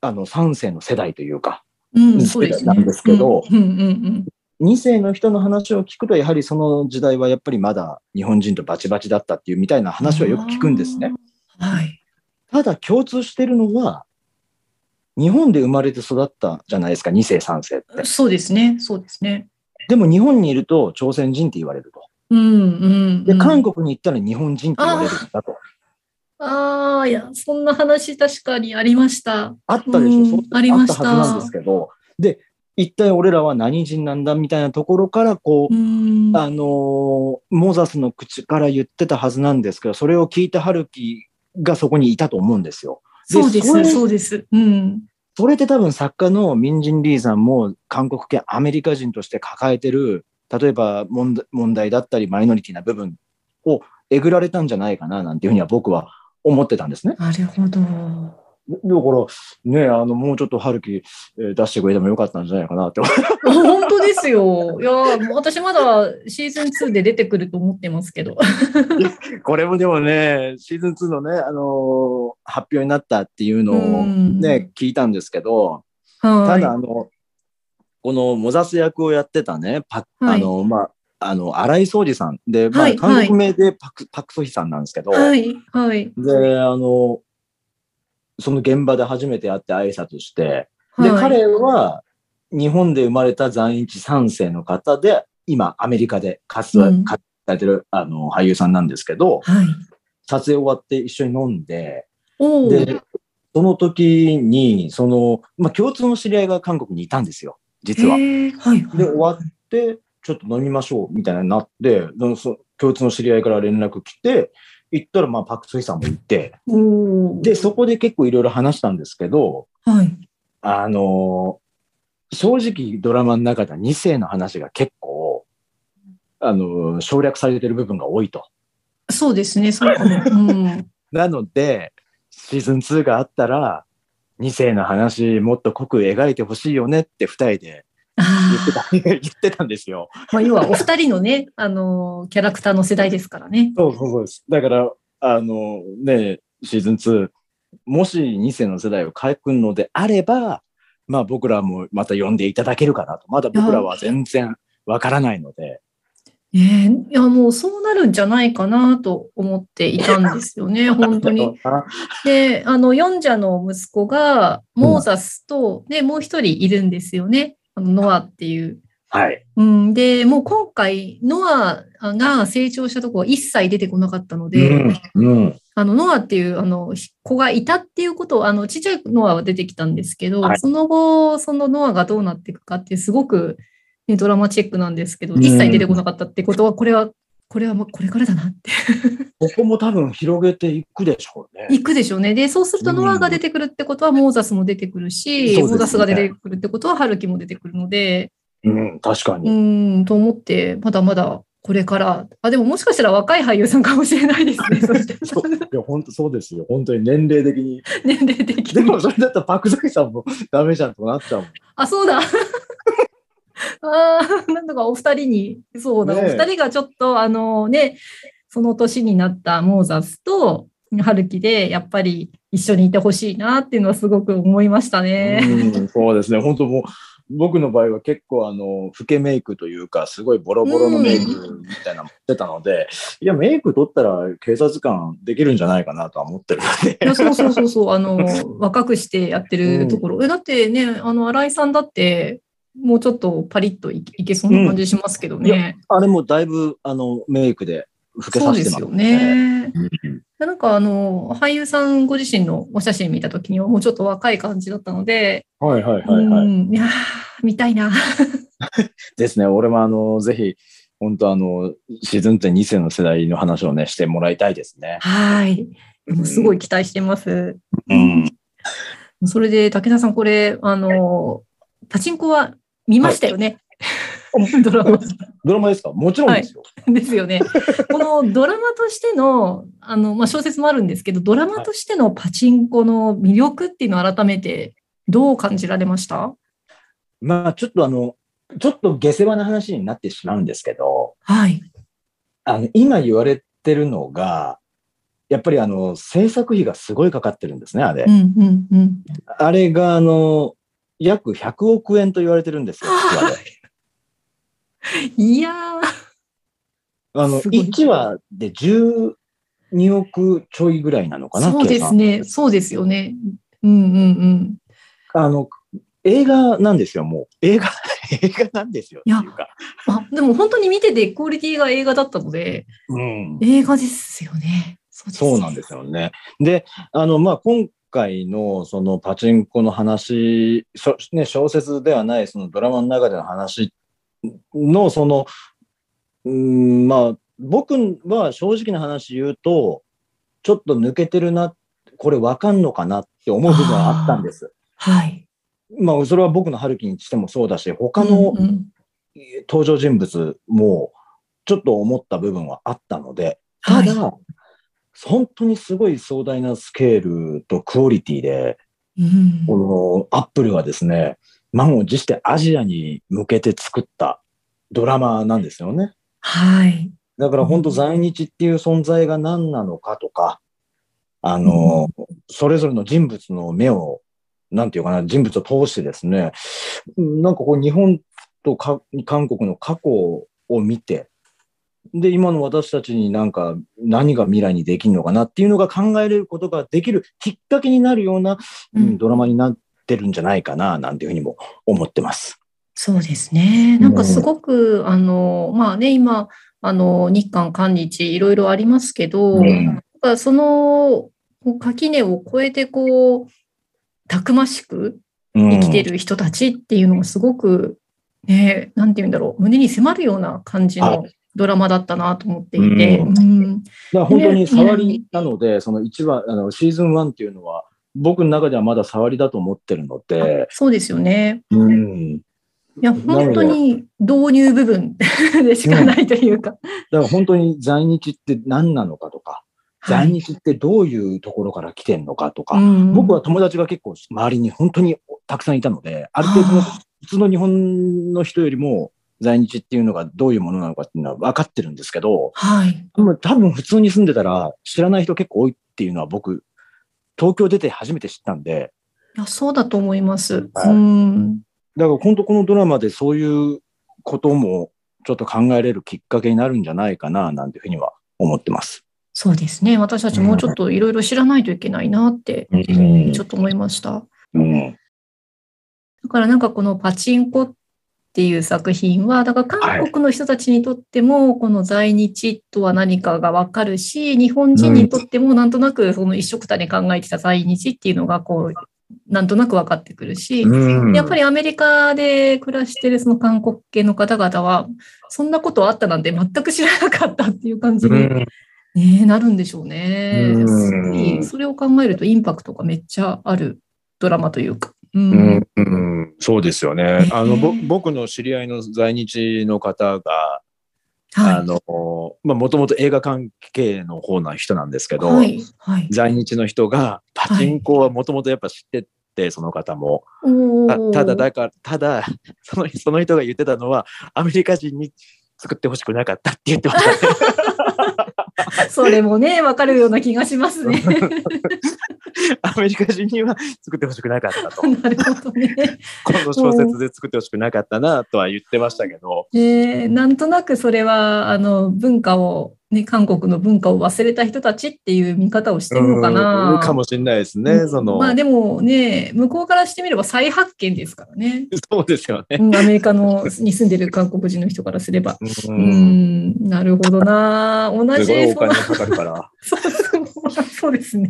あの、3世の世代というか、うん、そうですね。なんですけどうん、うん、うん2世の人の話を聞くと、やはりその時代はやっぱりまだ日本人とバチバチだったっていうみたいな話はよく聞くんですね。。あーはい。ただ共通してるのは、日本で生まれて育ったじゃないですか、2世、3世って。そうですね。そうですね。でも日本にいると朝鮮人って言われると。うん、うん。で、韓国。国に行ったら日本人って言われるんだと。ああ、いや、そんな話確かにありました。あったでしょ、うんそうありましたあったはずなんですけど。で、一体俺らは何人なんだみたいなところから、こうう、ん。あのーモーザスの口から言ってたはずなんですけど、それを聞いたハルキがそこにいたと思うんですよ。そうでそれす、そうです。うん。それって多分作家のミンジン・リーさんも韓国系アメリカ人として抱えてる、例えば問題問題だったりマイノリティな部分をえぐられたんじゃないかななんていうふうには僕は思ってたんですね。なるほど。 だから、ね、あの、もうちょっと春樹えー出してくれてもよかったんじゃないかなって。 本当ですよ。いや、もう私まだシーズン2で出てくると思ってますけど。これもでもね、シーズン2のね、あのー発表になったっていうのうをんね、、聞いたんですけど、はたい。だ、あの、このモザス役をやってたね、パはいあの、まあ、あの、荒井総司さんで、まあはい韓国名でパク、パクソヒさんなんですけど、はい、はい。で、あの、その現場で初めて会って挨拶して、で、はい彼は日本で生まれた在日3世の方で、今アメリカで活動、うん活動されてるあの俳優さんなんですけど、はい。撮影終わって一緒に飲んで、おーで、その時に、その、まあ、共通の知り合いが韓国にいたんですよ、実は。へーはい。で、終わって、ちょっと飲みましょう、みたいになって、でそ共通の知り合いから連絡来て、行ったら、まあ、パク・ツイさんも行って、おーで、そこで結構いろいろ話したんですけど、はい。あのー正直ドラマの中では2世の話が結構、あのー省略されてる部分が多いと。そうですね、そうか も。うん。なので、シーズン2があったら、2世の話もっと濃く描いてほしいよねって2人で言ってあた言ってたんですよ。ーまあ、要はお二人のね、あのーキャラクターの世代ですからね。そうそうそうです。だから、あのね、シーズン2、もし2世の世代を書くのであれば、まあ僕らもまた呼んでいただけるかなと。まだ僕らは全然わからないので。ねえいや、もうそうなるんじゃないかなと思っていたんですよ ね、本当に。あで、あの、ヨンジャの息子が、モーザスと、で、もう一人いるんですよね。あの、ノアっていう。はい。うん、で、もう今回、ノアが成長したとこは一切出てこなかったので、うん、うん。あの、ノアっていう、あの、ひ子がいたっていうことを、あの、ちっちゃいノアは出てきたんですけど、はいその後、そのノアがどうなっていくかって、すごく、ね、ドラマチックなんですけど、うん一切出てこなかったってことは、これは、これはもうこれからだなって。ここも多分広げていくでしょうね。いくでしょうね。で、そうするとうんノアが出てくるってことは、モーザスも出てくるし、そうですねモーザスが出てくるってことは、ハルキも出てくるので、うん、確かうに。ーん、と思って、まだまだ、これから。あ、でももしかしたら若い俳優さんかもしれないですね。そして そういや、本当そうですよ。本当に年齢的に。年齢的でに。も、それだったらパクザキさんもダメじゃんとなっちゃうもん。あ、そうだ。 ああ、なんとかお二人に、そうだ、ねえお二人がちょっと、あのね、その年になったモーザスと、春樹で、やっぱり一緒にいてほしいなっていうのはすごく思いましたね。うん、そうですね。本当もう、僕の場合は結構、あの、老けメイクというか、すごいボロボロのメイクみたいなのしてたので、いや、メイク取ったら警察官できるんじゃないかなとは思ってるの でい。やそうそうそうそう、あの、若くしてやってるところ。え、だってね、あの、新井さんだって、もうちょっとパリッといいけそうな感じしますけどうんいね。あれもだいぶ、あの、メイクで老けそさうせでてすますよね。うん。なんかあの、俳優さんご自身のお写真見たときにはもうちょっと若い感じだったので、はいはいはいはい。うん、いやー見たいな。ですね。俺もあの、ぜひ、本当あの、シーズン2 2世の世代の話をね、してもらいたいですね。はい。もうすごい期待してます。うん。それで、武田さん、これ、あの、パチンコは見ましたよね。ドラマ。ドラマですかもちろんですよ。ですよね。このドラマとしての、あの、まあ、小説もあるんですけど、ドラマとしてのパチンコの魅力っていうのを改めてどう感じられましたまあ、ちょっとあの、ちょっと下世話な話になってしまうんですけど、はい。あの、今言われてるのが、やっぱりあの、制作費がすごいかかってるんですね、あれう。んうんうん。あれがあの、約100億円と言われてるんですよ、1話で。いやー、あの、すごい1話で12億ちょいぐらいなのかな、そうですね。そうですよね。うんうんうん。計算あの、映画なんですよ、もう。映画、 映画なんですよ、っていうか。あでも本当に見ててクオリティが映画だったので、うん。映画ですよね。そうですそうなんですよね。で、あの、まあ、今回のそのパチンコの話、しょね、小説ではないそのドラマの中での話の、その、うん、まあ、僕は正直な話言うと、ちょっと抜けてるな、これわかんのかなって思う部分はあったんです。はい。まあ、それは僕の春樹にしてもそうだし、他うのんうん登場人物もちょっと思った部分はあったので、はたいだ、本当にすごい壮大なスケールとクオリティで、うんこのアップルはですね、満を持してアジアに向けて作ったドラマなんですよね。はい。だから本当在日っていう存在が何なのかとか、あの、それぞれの人物の目を、なんていうかな、人物を通してですね、なんかこう日本とか韓国の過去を見て、で、今の私たちになんか何が未来にできるのかなっていうのが考えれることができるきっかけになるような、ううんん、ドラマになってるんじゃないかな、なんていうふうにも思ってます。そうですね。なんかすごく、あの、まあね、今、あの、日韓、韓日、いろいろありますけど、うんなんかその、こう垣根を越えて、こう、たくましくうん生きてる人たちっていうのがすごく、ね、なんて言うんだろう、胸に迫るような感じのドラマだったなと思っていて、うんうんだから本当ねに触りなので、その1話、あのシーズン1っていうのは、僕の中ではまだ触りだと思ってるので、そうですよね。うん、いや、なる本ほど当に導入部分 でしかないというか。だから本当に在日って何なのかとか、は在い日ってどういうところから来てんのかとか、うん僕は友達が結構周りに本当にたくさんいたので、ある程度のあ普通の日本の人よりも在日っていうのがどういうものなのかっていうのは分かってるんですけど、はい。でも多分普通に住んでたら知らない人結構多いっていうのは僕、東京出て初めて知ったんで、いや、そうだと思います。はいうん。だから本当このドラマでそういうこともちょっと考えれるきっかけになるんじゃないかななんていうふうには思ってます。そうですね。私たちもうちょっといろいろ知らないといけないなって、うんちょっと思いました。うん、だからなんかこのパチンコっていう作品は、だから韓国の人たちにとっても、この在日とは何かがわかるし、日本人にとってもなんとなくその一緒くたに考えてた在日っていうのがこう、なんとなく分かってくるし、でやっぱりアメリカで暮らしてるその韓国系の方々は、そんなことあったなんて全く知らなかったっていう感じに、ねなるんでしょうね。うんすごいそれを考えるとインパクトがめっちゃあるドラマというか。うんうんそうですよね。あのぼ僕の知り合いの在日の方が、あはのまあ、もともと映画関係の方な人なんですけい。ど、はい。はい、在日の人がパチンコはもともとやっぱ知ってて、その方も。おたーただだから、ただその、その人が言ってたのは、アメリカ人に作ってほしくなかったって言ってましたね。それもね、わかるような気がします ね。アメリカ人には作ってほしくなかったと。なるほどね。この小説で作ってほしくなかったなとは言ってましたけど。えーなんとなくそれは、あの、文化を、ね、韓国の文化を忘れた人たちっていう見方をしてるのかな。うんかもしれないですうね。んその、まあでもね、向こうからしてみれば再発見ですからね。そうですよね。うんアメリカのに住んでる韓国人の人からすれば。ううんん、なるほどな。同すじごいおその金かかるから。そうそう そうですね。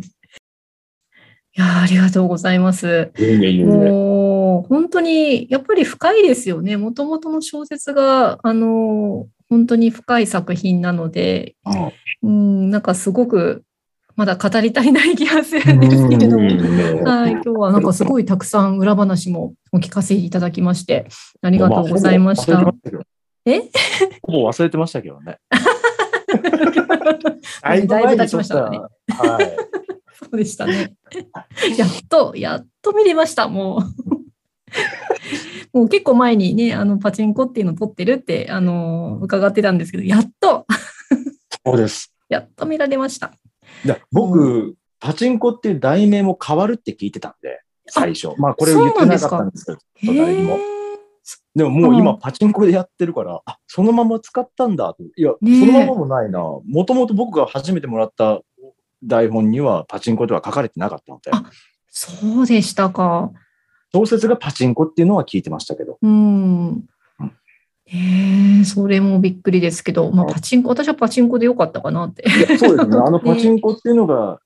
いやーありがとうございます。いえいえいえいえもう本当にやっぱり深いですよね。もともとの小説があの本当に深い作品なので、うん、なんかすごくまだ語り足りない気がするんですけれども。はい、今日はなんかすごいたくさん裏話もお聞かせいただきまして、ありがとうございました。あえほぼ忘れてましたけどね。 だいぶ経ちましたからねはい。そうでしたね。 やっと、やっと見れました、もう。 もう結構前にね、あのパチンコっていうの撮ってるって、あの、伺ってたんですけど、やっと、そうです。やっと見られました。だ僕、パチンコっていう題名も変わるって聞いてたんで、最初。まあ、これそう言っなてんでなすかかったんですけど、へ誰にもえ。でももうう今、パチンコでやってるから、あそのまま使ったんだと。いや、ねえそのままもないな。もともと僕が初めてもらった台本には、パチンコでは書かれてなかったので、あそうでしたか。小説がパチンコっていうのは聞いてましたけど。うん。ええそれもびっくりですけど、まあ、パチンコ、私はパチンコでよかったかなって。いやそうです ね。あのパチンコっていうのが、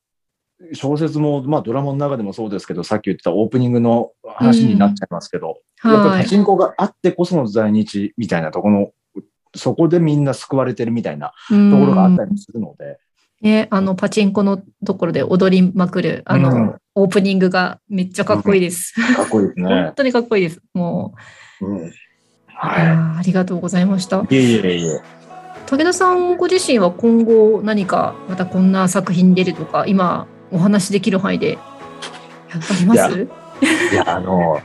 小説も、まあドラマの中でもそうですけど、さっき言ってたオープニングの話になっちゃいますけど、やっぱはりいパ。チンコがあってこその在日みたいなところの、そこでみんな救われてるみたいなところがあったりするので、ね、あの、パチンコのところで踊りまくる、あの、うんオープニングがめっちゃかっこいいです。かっこいいです本ね。当にかっこいいです。もうん、う、はいあーありがとうございました。い。いえいえいえ。武田さんご自身は今後何か、またこんな作品出るとか、今お話しできる範囲で、ありまいやすいや、あの、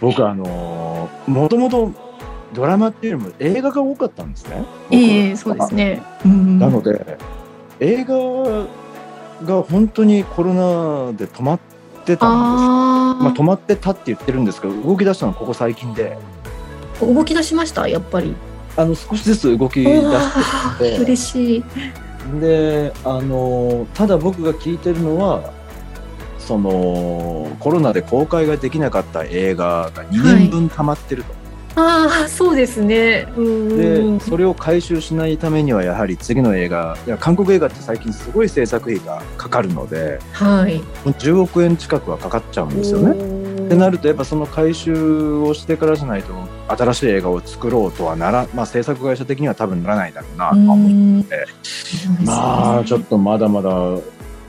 僕あの、もともとドラマっていうよりも映画が多かったんですね。僕ええそうですね。うん。なので、映画が本当にコロナで止まってたんです。あー、まあ、止まってたって言ってるんですけど動き出したのはここ最近で動き出しました、やっぱり。あの少しずつ動き出してあてー嬉しい。であのただ僕が聞いてるのはそのコロナで公開ができなかった映画が2年分溜まってると、ああ、そうですね。うんで。それを回収しないためにはやはり次の映画いや韓国映画って最近すごい制作費がかかるのではい。もう10億円近くはかかっちゃうんですよね。ってなるとやっぱその回収をしてからじゃないと新しい映画を作ろうとはなら、まあ、制作会社的には多分ならないだろうなとは思うてまあちょっとまだまだ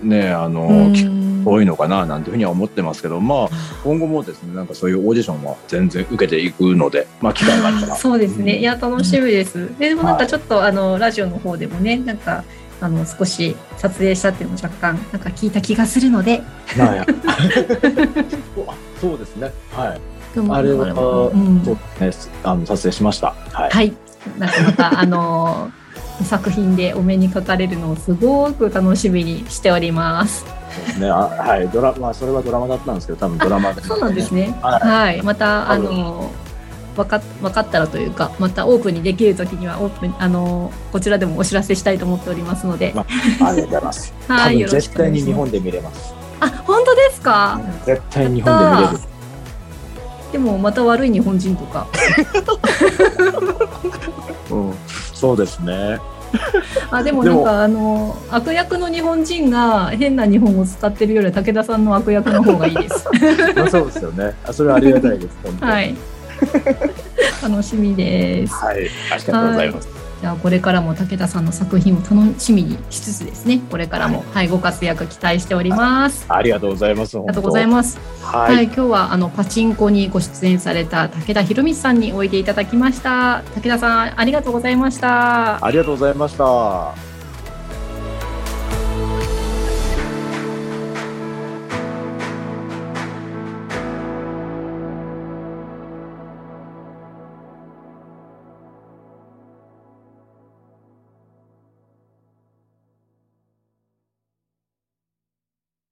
ねあの機会多いいのかななんていうふうには思ってますけどまあ今後もですねなんかそういうオーディションは全然受けていくのでまあ機会があ ったらそうですね。いや楽しみです。ででもなんはかいちょっとあのラジオの方でもねなんかあの少し撮影したっていうのを若干なんか聞いた気がするので。はい おあそうですねはいあれはうんそうですねあの撮影しましたはいはい。なんかまたあの 作品でお目にかかれるのをすごく楽しみにしております。そう ですねあはいドラまあそれはドラマだったんですけど多分ドラマでそうなんですね。はいはい。またあ多分の。わかわかったらというかまたオープンにできる時にはオープンあのこちらでもお知らせしたいと思っておりますので、まありがとうございます は多い分よろし絶くお願対いにし日ます本で見れます。あ本当ですか、絶対日本で見れる。でもまた悪い日本人と かうん、そうですね。 あでもでなもんかあの悪役の日本人が変な日本を使ってるよりは武田さんの悪役の方がいいです まあ、そうですよね。あそれはありがたいです。本当には。い楽しみですはい、ありがとうございます。じゃあこれからも武田さんの作品を楽しみにしつつですねこれからも、はいご活躍期待しておりますありがとうございます。あありがとうございますす。ははい、い、今日はあのパチンコにご出演された武田博光さんにおいでいただきました武田さんありがとうございましたありがとうございました。